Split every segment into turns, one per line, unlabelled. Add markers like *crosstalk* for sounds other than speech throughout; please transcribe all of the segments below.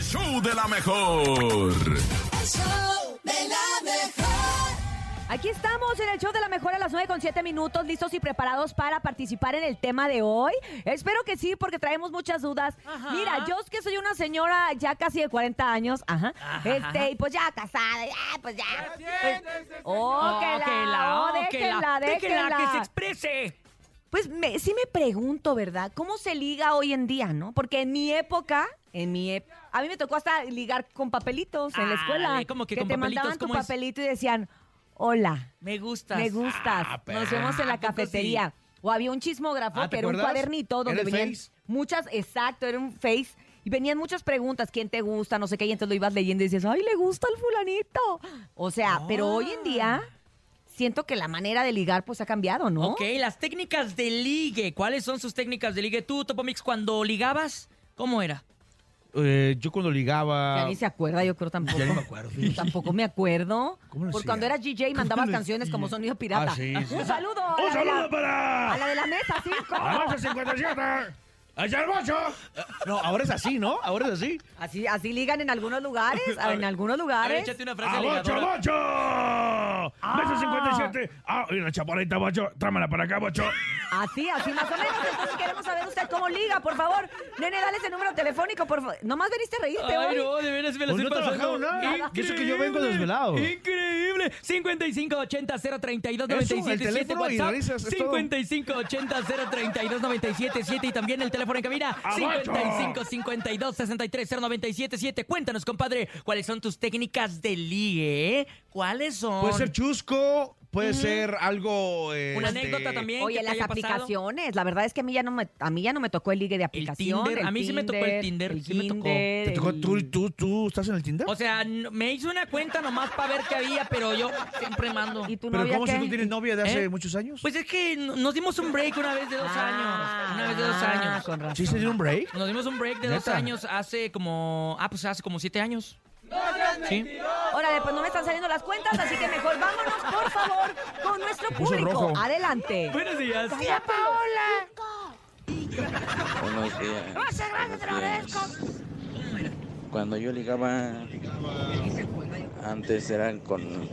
show de la mejor.
El show de la mejor.
Aquí estamos en el show de la mejor a las 9 con 7 minutos, listos y preparados para participar en el tema de hoy. Espero que sí, porque traemos muchas dudas.
Ajá.
Mira, yo es que soy una señora ya casi de 40 años, ajá, este, y pues ya casada, ya, pues ya. Pues, oh, que la, oh, déjenla, déjenla.
que se exprese.
Pues me- sí me pregunto, ¿verdad? ¿Cómo se liga hoy en día, no? Porque en mi época, en mi ep- a mí me tocó hasta ligar con papelitos en la escuela.
Ándale, ¿cómo que con
te
papelitos?
mandaban tu
¿Cómo es?
papelito y decían, hola,
Me gustas.
me gustas,
Ah, pero-
nos vemos en
¿a
la
poco
cafetería. O había un chismógrafo
Ah, ¿te
que era un
acuerdas?
cuadernito donde
Era el
venían
Face.
muchas, exacto, era un face. Y venían muchas preguntas, ¿quién te gusta? No sé qué, y entonces lo ibas leyendo y decías, ¡ay, le gusta el fulanito! O sea,
Ah.
pero hoy en día siento que la manera de ligar pues ha cambiado, ¿no?
Ok, las técnicas de ligue. ¿Cuáles son sus técnicas de ligue? Tú, Topomix, cuando ligabas, ¿cómo era?
Eh, yo cuando ligaba.
Ya ni se acuerda, yo creo tampoco.
Ya ni me acuerdo, fíjate.
Tampoco me acuerdo.
¿Cómo lo
Porque
hacía?
cuando eras DJ mandabas
lo
canciones
hacía?
como sonido pirata.
Ah, sí, sí.
Un saludo. a
¡Un
la de la-
saludo Ah. para!
A la de la mesa, cinco.
¡Avanza 57! ¡Allá el bocho! Eh, No, ahora es así, ¿no? Ahora es así.
Así, así ligan en algunos lugares, en algunos
A ver, Ah,
lugares.
échate una frase
¡A bocho,
ligadora.
bocho! ¡Mesa 57! ¡Ah, y una chaparrita, bocho! ¡Trámala para acá, bocho!
Así, así más o menos. Entonces queremos saber usted cómo liga, por favor. Nene, dale ese número telefónico, por favor. Nomás veniste a reírte
Ay,
hoy.
no, de veras me lo estoy
Hoy Pues no he
pasando.
trabajado nada. Y eso que yo vengo desvelado.
Increíble. 5580-032-977
teléfono y
WhatsApp.
risas, es todo.
5580-032-977 y también el teléfono en cabina.
¡Abacho!
5552-630977. Cuéntanos, compadre, ¿cuáles son tus técnicas de ligue? ¿Cuáles son?
Puede ser chusco, puede ser algo. eh,
Una
este,
anécdota también. que
Oye,
te
las
haya pasado.
aplicaciones, la verdad es que a mí ya no me, a mí ya no me tocó el ligue de aplicación.
Tinder, a mí sí me tocó el Tinder, sí me tocó.
Tinder,
¿Te tocó,
el-
tú, tú, tú estás en el Tinder?
O sea, n- me hice una cuenta nomás para ver qué había, pero yo siempre mando.
¿Y tu
¿Pero
novia
cómo si
qué?
tú tienes novia de hace
¿Eh?
muchos años?
Pues es que n- nos dimos un break una vez de dos
Ah,
años. Una vez de dos años.
Con razón.
¿Sí se dio un break?
Nos dimos un break de dos
¿Neta?
años hace como. Ah, pues hace como siete años. ¿Sí?
Órale, pues no me están saliendo las cuentas, así que mejor vámonos, por favor, con nuestro
puso
público.
rojo.
Adelante.
Buenos días.
Buenos días. Buenos días. pues, Cuando yo ligaba, antes eran con,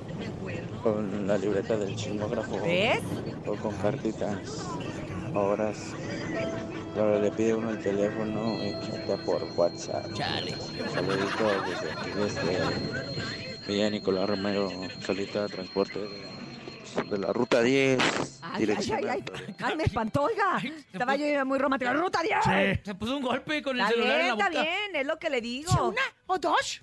con la libreta del chismógrafo
¿Ves?
o con cartitas. Ahora, es- ahora le pide uno el teléfono y chata por WhatsApp.
Chale.
Saluditos desde aquí, desde Villa Nicolás Romero, solita de transporte de, de la ruta 10,
Ay, ay,
dirección
ay, ay.
Antonio.
Ay, me espantó, oiga. Estaba yo muy romántica. ¡Ruta 10!
Sí.
Se puso un golpe con el
Eh. Está
celular
bien,
en la
está
boca.
bien, es lo que le digo.
o dos.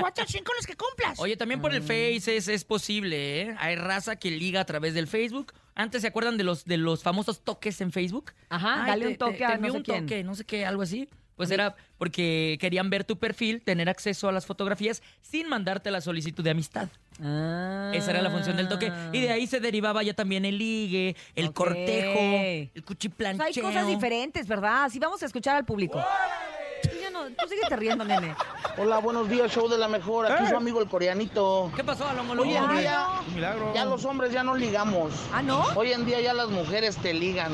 Cuatro o cinco los que cumplas.
Oye, también
Mm.
por el Face es, es posible, ¿eh? Hay raza que liga a través del Facebook. Antes se acuerdan de los, de los famosos toques en Facebook.
Ajá, dale un toque a no
envió
sé
un
quién.
toque, no sé qué, algo así. Pues era porque querían ver tu perfil, tener acceso a las fotografías sin mandarte la solicitud de amistad.
Ah.
Esa era la función del toque. Y de ahí se derivaba ya también el ligue, el
Ok.
cortejo, el
O
cuchiplancheo.
sea, hay cosas diferentes, ¿verdad? Así vamos a escuchar al público. Sí, yo no, tú síguete riendo, nene.
Hola, buenos días, show de la mejor. Aquí su amigo el coreanito.
¿Qué pasó, Alongo?
Hoy en
Lobo?
día
Un milagro.
ya los hombres ya no ligamos.
¿Ah, no?
Hoy en día ya las mujeres te ligan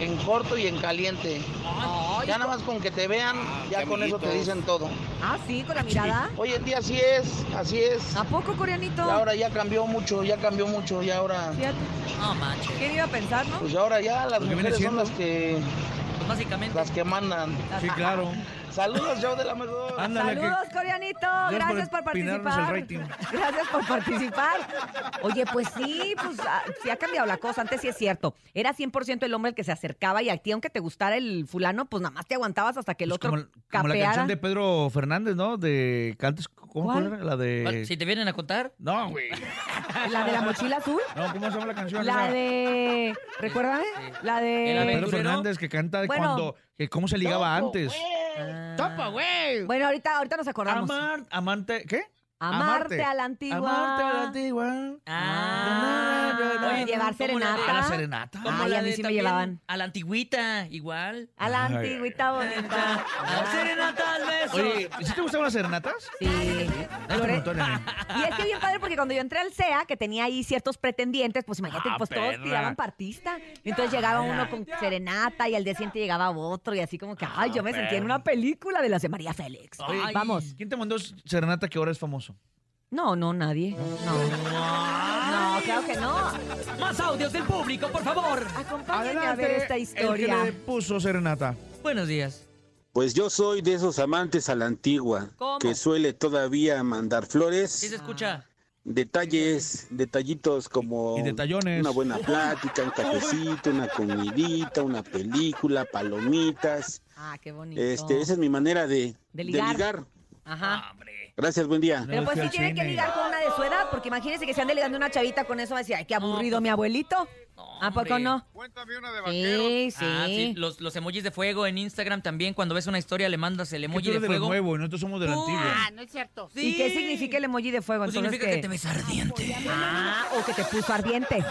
en corto y en caliente.
Ay,
Ya nada más con que te vean, ya con eso te dicen todo.
ah, sí, con la mirada.
Hoy en día así es, así es.
¿A poco, coreanito?
Y ahora ya cambió mucho, ya cambió mucho y ahora
Fíjate.
ah, No manches.
¿Quién iba a pensar, no?
pues ahora ya las
Lo que viene
mujeres son
siendo.
las que
Pues básicamente.
las que mandan.
Ah,
Sí, claro.
Saludos, show de la mejor.
Ándale, que-
Saludos, Coreanito.
por
Gracias por,
empinarnos
participar.
el rating.
*laughs* Gracias por participar. Oye, pues sí, pues ah, sí ha cambiado la cosa. Antes sí es cierto. Era 100% el hombre el que se acercaba y a ti, aunque te gustara el fulano, pues nada más te aguantabas hasta que el
Pues
otro
como, como la
capeara.
canción de Pedro Fernández, ¿no? De Cantes. ¿Cómo
¿Cuál?
era? La de.
Bueno, Si te vienen a contar,
No, güey.
*laughs* La de la mochila azul.
No, ¿cómo se llama la canción?
La
Esa-
de... Recuérdame. La
El
de...
aventurero.
Pedro Fernández que canta de
Bueno.
cuando. Que ¿Cómo se ligaba antes?
Ah.
güey!
Bueno, ahorita, ahorita nos acordamos.
Amar, amante, ¿qué?
Amarte a la antigua.
Amarte a la antigua.
Ah.
Oye, llevar
¿cómo la de-
serenata.
A la serenata.
Como
Ay,
la
Ah, a mí
de
sí me
también
llevaban.
A la antigüita, igual.
A la
Ay.
antigüita bonita.
Serenata al beso.
Oye,
Ah. Oye,
¿sí te gustaban las serenatas?
Sí.
Dame un
Lore-
montón, nene.
Y es que bien padre porque cuando yo entré al SEA, que tenía ahí ciertos pretendientes, pues imagínate,
Ah,
pues
perra.
todos tiraban partista. Entonces llegaba uno con serenata y al día siguiente llegaba otro y así como que, ay, yo me sentía en una película de la de María Félix.
Oye,
Vamos.
¿Quién te mandó serenata que ahora es famoso?
No, no, nadie. No. No, claro que no.
Más audios del público, por favor.
Acompáñenme a ver esta historia.
El que le puso serenata.
Buenos días.
Pues yo soy de esos amantes a la antigua,
¿Cómo?
que suele todavía mandar
Ah.
¿Sí se
flores,
escucha?
detalles, detallitos como
Y detallones.
Oh, una buena plática, un cafecito, una comidita, una película, palomitas.
Ah, qué bonito.
Este, esa es mi manera de,
De
de
ligar.
ligar.
Ah,
Ajá.
Gracias, buen día.
Pero pues sí
fui al
tienen que
cine.
ligar con una de su edad, porque imagínense que se ande ligando una chavita con eso, va a decir, ay, qué aburrido mi abuelito.
No,
¿A poco
hombre.
no? Sí, sí.
Ah, sí, Los, los emojis de fuego en Instagram también. Cuando ves una historia, le mandas el
Oye,
emoji
tú
de
eres de lo
fuego.
nuevo y nosotros somos de la antigua.
Ah, no es cierto.
Sí.
¿Y qué significa el emoji de fuego?
Pues
Entonces,
significa que te ves ardiente.
Ah, o que te puso ardiente.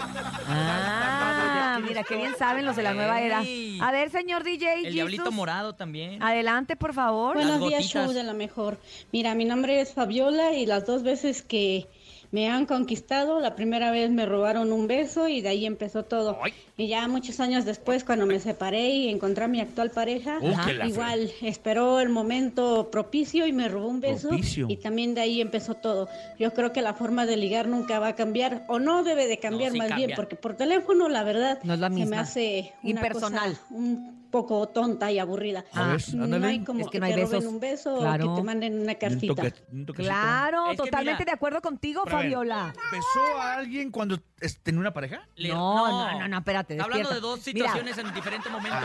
Ah, mira, qué bien saben los de la nueva era.
Ey.
A ver, señor DJ
El
Jesus,
diablito morado también.
Adelante, por favor.
Bueno.
Buenos
Las
días,
gotitas.
show de la mejor. Mira, mi nombre es Fabiola y las dos veces que me han conquistado, la primera vez me robaron un beso y de ahí empezó todo.
Ay.
Y ya muchos años después, cuando me separé y encontré a mi actual pareja,
Uh,
oh,
qué la
igual esperó el momento propicio y me robó un beso.
Propicio.
Y también de ahí empezó todo. Yo creo que la forma de ligar nunca va a cambiar o no debe de cambiar
sí
más
cambia.
bien, porque por teléfono, la verdad,
No es la
se me
misma.
hace una
Impersonal.
cosa un poco tonta y aburrida.
A ver,
No
ándale.
hay como
Es que
que,
no hay
te roben
besos.
un beso
Claro.
o que te manden una
Un
cartita.
toque- un toquecito.
Claro,
Es que
totalmente
mira.
de acuerdo contigo,
Pero a ver,
Fabiola.
¿Besó a alguien cuando es- tenía una pareja?
Le-
No, no, no, no, espérate,
Está hablando
despierta.
de dos
Mira.
situaciones en diferente momento.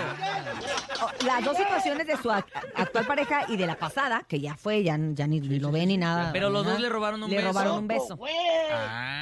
O- Las dos situaciones de su ac- actual pareja y de la pasada, que ya fue, ya, ya ni, ni lo ve ni nada.
Pero los
¿verdad?
dos le robaron un
Le
beso. Oh,
robaron un beso.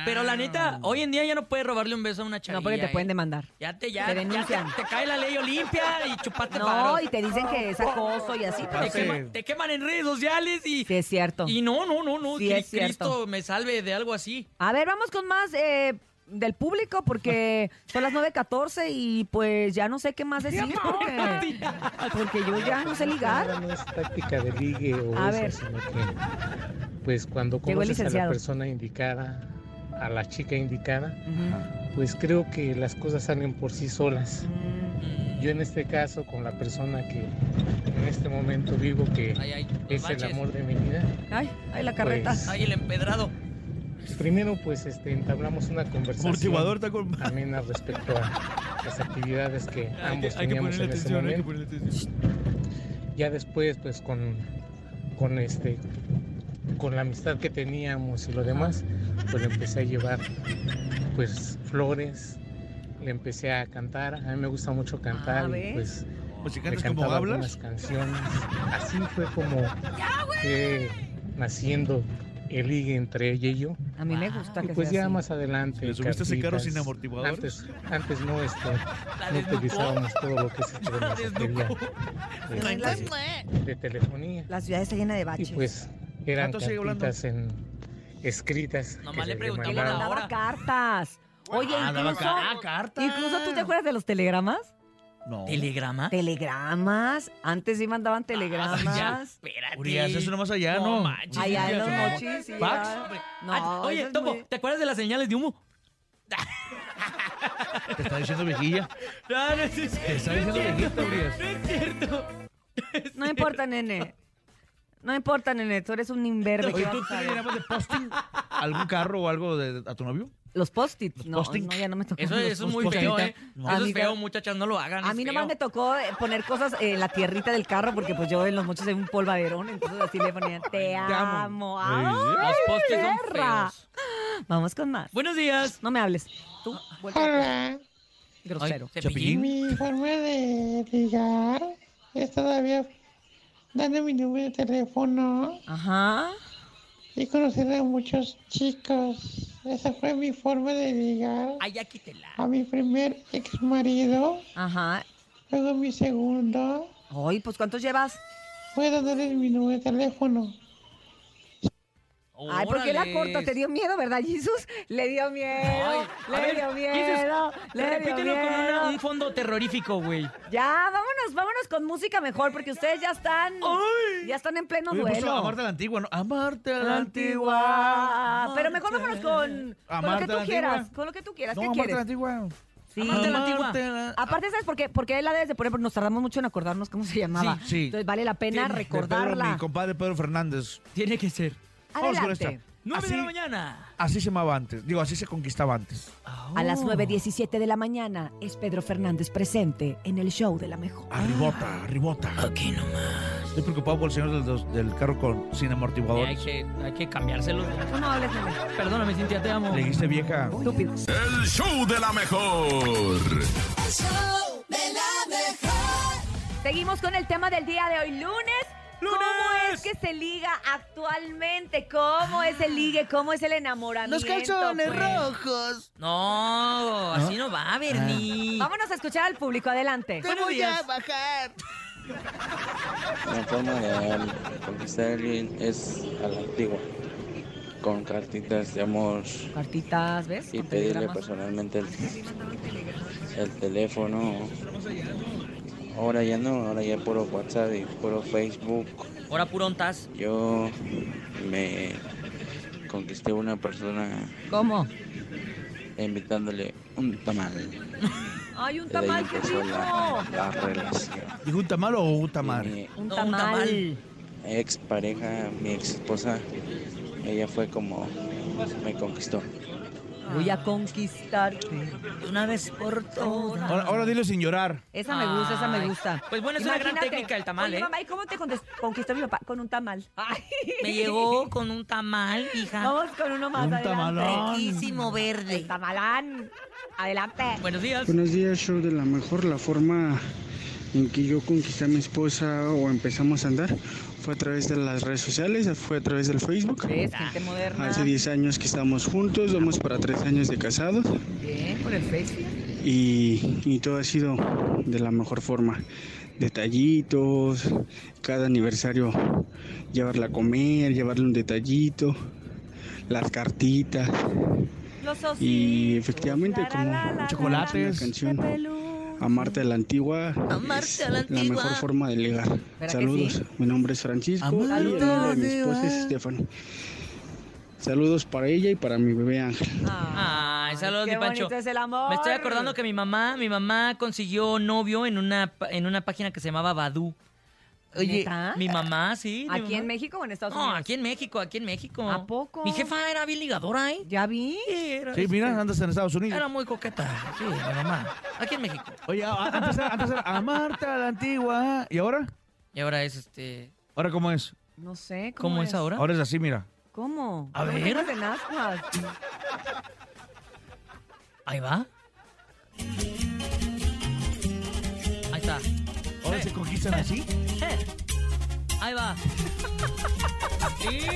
Pero la neta, hoy en día ya no puedes robarle un beso a una chavilla.
Ah. No, porque te
¿eh?
pueden demandar.
Ya te, ya,
Te
ya
denuncian.
te, te cae la ley Olimpia y chupaste
No,
varos.
y te dicen que es acoso y así, pero
te,
Aparte-
sí.
quema- te queman en redes sociales y,
Sí, es cierto.
y no, no, no, no.
Sí,
que
es cierto.
Cristo me salve de algo así.
A ver, vamos con más eh, del público
*laughs*
porque son las 9.14 y pues ya no sé qué más decir porque, porque yo ya no sé ligar.
No es táctica de ligue o
A
eso,
ver.
sino que, pues cuando
Llegó el
conoces a la
licenciado.
persona indicada, a la chica indicada,
Ujú.
pues creo que las cosas salen por sí solas.
Mm,
Yo en este caso, con la persona que en este momento vivo que
Ay, ay, los
es el
baches.
amor de mi vida,
Ay, ay, la carreta.
Pues-
Ay, el empedrado.
primero pues este, entablamos una
Amortiguador
conversación
está con... *laughs*
amena respecto a las actividades que ambos teníamos en ese momento.
ponerle atención.
ya después pues con con este con la amistad que teníamos y lo demás pues le empecé a llevar pues flores le empecé a cantar a mí me gusta mucho
Ah,
cantar
¿ves?
y pues
Pues si
le
cantas como
cantaba algunas
hablas,
canciones así fue como fue naciendo el ligue entre ella y yo
A mí me gusta
y
que
pues
sea
ya
así.
más adelante
¿Le subiste ese carro sin
cartitas.
amortiguadores?
antes antes no este
La
no
desnucó.
utilizábamos
*laughs*
todo lo que se
La desnucó.
de, de telefonía
La ciudad está llena de
y
baches.
pues eran
Entonces, sigue hablando.
cartitas en escritas
Nomás
que
le
se
pregunté
Que le
mandaba
mandaban.
mandaba
ahora.
cartas. Oye,
Ah, daba
incluso,
ca- ah, carta.
incluso tú te acuerdas de los telegramas?
No.
¿Telegrama?
Telegramas. Antes sí mandaban
Ah, Ya, *laughs*
telegramas.
espérate.
Urias, eso nomás allá,
No
¿no?
manches.
Allá en los
Ya.
mochis. sí,
Fax.
ya.
Hombre.
No,
Ah,
eso
Oye,
es
Topo,
muy-
¿te acuerdas de las señales de humo?
Te está diciendo viejilla.
No, no es cierto.
Te está diciendo viejita, Urias.
No es cierto.
No importa, nene. No importa, nene. Tú eres un imberbe. ¿qué
Oye, ¿tú
vas a
te le
saber?
llenabas de posting algún carro o algo de, a tu novio?
Los post-it.
Los
No,
post-it.
no, ya no me tocó.
Eso,
los
eso es muy
post-it.
feo, ¿eh?
No.
Eso es
Amiga,
feo, muchachas, no lo hagan.
A
es
mí
feo.
nomás me tocó eh, poner cosas en la tierrita del carro porque pues yo en los mochos soy un polvaderón, entonces así le ponían te amo. Ay,
Los postes son
perra.
feos.
Vamos con más.
Buenos días.
No me hables. Tú, vuelta
Hola,
grosero.
Ay,
Chapillín.
mi forma de ligar es todavía dando mi número de teléfono
Ajá.
y conocer a muchos chicos. Esa fue mi forma de ligar
Ay, ya quítela.
a mi primer ex marido,
Ajá.
luego mi segundo,
Ay, pues ¿cuántos llevas?
fue dándole mi número de teléfono.
Ay, porque era
Órales.
corta, te dio miedo, ¿verdad, Jesús? Le dio miedo,
Ay, a
le
ver,
dio
Jesus,
miedo, le dio
Repítelo con una-
miedo.
un fondo terrorífico, güey.
Ya, vámonos vámonos, vámonos con música mejor, porque ustedes ya están. Ya están en
pues,
pleno
Oye, puso
duelo.
amarte a la antigua, ¿no? Amarte a la
Ah,
antigua.
Pero mejor vámonos con, con lo
Amarte
que
a
tú
la
quieras.
antigua.
Con lo que tú quieras.
No,
¿Qué
amarte a la
quieres?
antigua.
Sí.
Amarte a la antigua. Amarte a la- Ah.
Aparte, ¿sabes por qué? Porque la debes de poner, porque nos tardamos mucho en acordarnos cómo se llamaba.
Sí, sí.
Entonces vale la pena
Tiene- de Pedro,
recordarla.
mi compadre Pedro Fernández. Tiene que ser. Vamos con
Adelante.
esta.
Nueve de
Así-
la mañana.
Así se llamaba antes. Digo, así se conquistaba antes.
A
Oh.
las 9.17 de la mañana es Pedro Fernández presente en el show de la mejor.
Arribota, arribota. Aquí nomás. Estoy preocupado por el señor del, dos- del carro con, sin amortiguador.
Hay que, hay que cambiárselo.
No, no hables, Meme.
Perdóname, Cintia, te amo.
Le dijiste vieja.
Estúpido.
El show de la mejor.
El show de la mejor.
Seguimos con el tema del día de hoy, lunes. ¿Cómo es que se liga actualmente? ¿Cómo es el ligue? ¿Cómo es el enamoramiento? Pues,
Los calzones
rojos.
No, así no va,
Ah.
Bernie.
Vámonos a escuchar al público, adelante.
Buenos días.
bajar.
Una forma de conquistar a alguien es a la antigua, con cartitas de amor
Cartitas, ¿ves?
y
Con
pedirle
telegramas.
personalmente el, el teléfono. Ahora ya no, ahora ya puro WhatsApp y puro Facebook.
Ahora purontas.
Yo me conquisté a una persona
¿Cómo?
invitándole un tamal.
Ay, un
Desde ahí
tamal, qué
empezó
rico.
la, la relación.
¿Dijo un tamal o un tamal?
Mi
Un tamal.
ex pareja, mi ex esposa, ella fue como me conquistó.
Voy a conquistarte de una vez por todas.
Ahora, ahora dilo sin llorar.
Esa me gusta, esa me
Ay.
gusta.
Pues bueno, es una gran
Imagínate.
técnica el tamal,
Oye,
¿eh?
mamá, ¿y cómo te contest- conquistó mi papá? Con un tamal. Ay.
*laughs* Me llegó con un tamal, hija.
Vamos con uno más
Un
adelante.
tamalón. Riquísimo
verde. tamalán. Adelante.
Buenos días.
Buenos días, show de la mejor. La forma en que yo conquisté a mi esposa o empezamos a andar fue a través de las redes sociales, fue a través del Facebook.
¿Ves? Gente moderna.
Hace 10 años que estamos juntos, vamos para 3 años de casados
Bien, por el Facebook.
y, y todo ha sido de la mejor forma. Detallitos, cada aniversario llevarla a comer, llevarle un detallito, las cartitas.
Los
Y efectivamente, como
Chocolates.
dice la canción Amarte a la antigua
Amarte
es
a la antigua.
mejor forma de ligar.
que
Saludos,
sí?
mi nombre es Francisco
Amarte
y el nombre de mi
a la
esposa es
antigua.
Stephanie. Saludos para ella y para mi bebé Ángel.
Ay, saludos,
qué
mi Pancho.
bonito es el amor.
Me estoy acordando que mi mamá, mi mamá consiguió novio en una, pa- en una página que se llamaba Badu. Oye,
¿Neta?
mi mamá, sí. mi
¿Aquí
mamá.
en México o en Estados
No,
Unidos?
aquí en México, aquí en México.
¿A poco?
Mi jefa era bien ligadora, ¿eh?
¿Ya vi?
Sí, era,
Sí, mira, andas en Estados Unidos.
era muy coqueta. Sí, mi mamá. Aquí en México.
Oye, a- antes era, antes era amarte a la antigua. ¿Y ahora?
Y ahora es este.
¿Ahora cómo es?
No sé. ¿Cómo,
¿Cómo, es ahora?
Ahora es así, mira.
¿Cómo?
A
No me
ver.
tengas en ascuas.
Ahí va. Ahí está.
¿Ahora se conquistan así?
Eh, Ahí va.
*laughs*
Sí,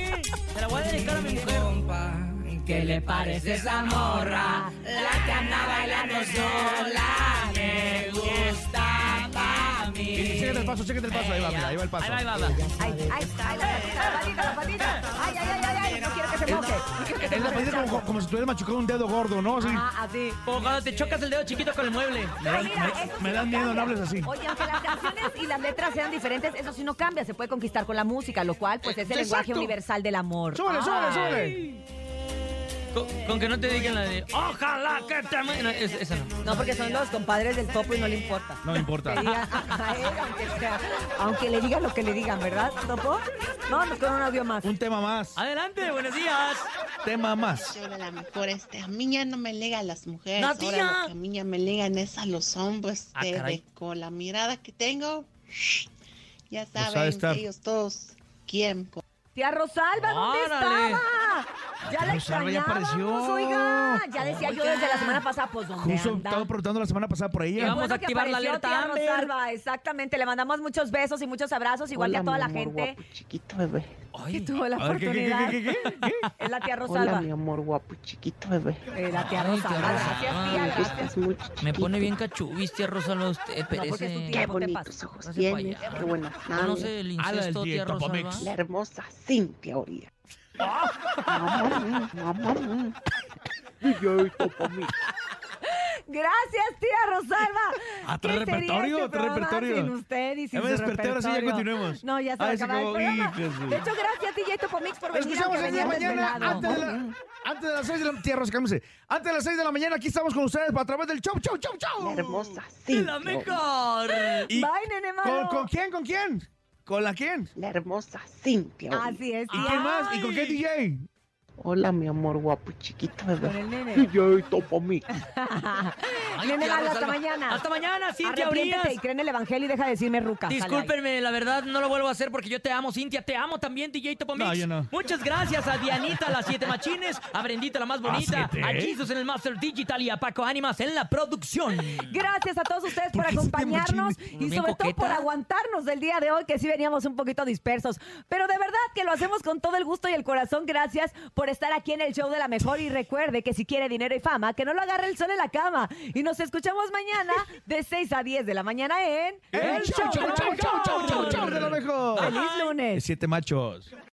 te la voy a dedicar a mi mujer.
¿Qué le parece esa morra? La que anda bailando sola me gusta pa' mí.
Chéquete el paso, chéquete el paso. Ahí va, mira, ahí va el paso.
Ahí va, ahí
Ay, ay, ay, la patita, la patita, la patita. Ay, ay, ay, ay, ay, no quiero que se moque. No quiero que se
Es la
moque el
parte
charco.
como, como si te hubieras machucado un dedo gordo, ¿no? Así.
Ah, así.
Como cuando te chocas el dedo chiquito con el mueble.
Me dan-
Mira,
me-
eso sí
me dan miedo, no hables así.
Oye, aunque las canciones y las letras sean diferentes, eso sí no cambia, se puede conquistar con la música, lo cual pues es el lenguaje
exacto.
universal del amor.
Súbele, súbele,
Ay.
súbele. Con, con que no te digan la de. Ojalá que te. ama-". No, es- esa no.
No, porque son los compadres del topo y no le importa.
No me importa.
Que digan, a él, aunque sea, aunque le digan lo que le digan, ¿verdad, topo? Vámonos con un audio más.
Un tema más.
Adelante, buenos días.
Tema más.
Yo de la mejor, este, a mí ya no me liga a las mujeres,
¡No,
ahora
tía!
lo que a mí ya me ligan es a los hombres,
Ah,
de-
caray.
de- con la mirada que tengo, ya
sabe
saben,
estar.
que ellos todos quieren. co-
Tía Rosalba, ¿dónde
Órale.
estaba? Ya la
Rosalba ya
extrañábamos,
apareció.
oiga. Ya decía yo desde la semana pasada, pues, ¿dónde
Justo
anda?
estaba preguntando la semana pasada por
Qué
ella.
bueno que apareció, tía Rosalba, Exactamente, le mandamos muchos besos y muchos abrazos, igual que a
Hola,
toda
mi
la
amor
gente
guapo, chiquito bebé.
que tuvo la
A ver, ¿qué, qué, qué,
oportunidad.
qué,
Es la tía
Hola,
Rosalba.
mi amor guapo, chiquito bebé.
Eh, la tía Rosalba, gracias, tía, gracias.
Me pone bien cachubis, tía Rosa, los te
No, porque es tu tía,
Qué
no te
bonitos
pases.
ojos
No se
tienes,
paya.
qué buenas nalgas.
¿Conoce el Ala del incesto, tía tía Topomex. Rosalba?
La hermosa Cintia Oría.
*laughs*
Mamá, mamá. Y yo, Topomix.
Gracias, tía Rosalba.
Ah,
¿Qué
trae
sería
repertorio, trae
este programa
repertorio.
Sin usted y
Ya
sin
me
su
desperté, ahora sí ya
repertorio?
continuemos.
No, ya se va a
Ay, se
acabar el
acabó,
programa.
híjole.
De hecho, gracias, DJ Topomix, por venir.
Escuchamos
aunque
el día de
venías
mañana
desvelado.
antes de, la- antes de las 6 de la tierra, cálmese. Antes de las 6 de la mañana aquí estamos con ustedes a través del show, show, show, show. hermosa.
sí. La mejor.
Y
Bye, nene malo.
¿con, ¿Con quién? ¿Con quién? ¿Con la quién? La hermosa Cintia.
Así es,
¿Y
tía.
qué más? ¿Y con qué DJ?
Hola, mi amor guapo y chiquito, ¿verdad?
Con el nene.
yo topo mi.
Ah.
Nene Malo,
tía
hasta
Rosalba.
mañana.
pues, Hasta mañana, Cintia
Arrepiéntete
Urias.
y cree en el evangelio y deja de decirme ruca. Sale,
Discúlpenme, la verdad no lo vuelvo a hacer porque yo te amo, Cintia. Te amo también, DJ Topomix.
No, yo no.
Muchas gracias a Dianita, las siete machines, a Brendita, la más bonita,
siete,
a
¿eh?
Jesus en el Master Digital y a Paco Ánimas en la producción.
bye. Gracias a todos ustedes por
qué hiciste
acompañarnos
machín?
y
Bien
sobre todo
coqueta.
por aguantarnos del día de hoy, que sí veníamos un poquito dispersos. Pero de verdad que lo hacemos con todo el gusto y el corazón. Gracias por estar aquí en el show de la mejor. Y recuerde que si quiere dinero y fama, que no lo agarre el sol en la cama. Y nos escuchamos mañana de 6 a 10 de la mañana en
El show, show, show, show, show, show, show de la mejor.
¡Feliz lunes!
Siete machos.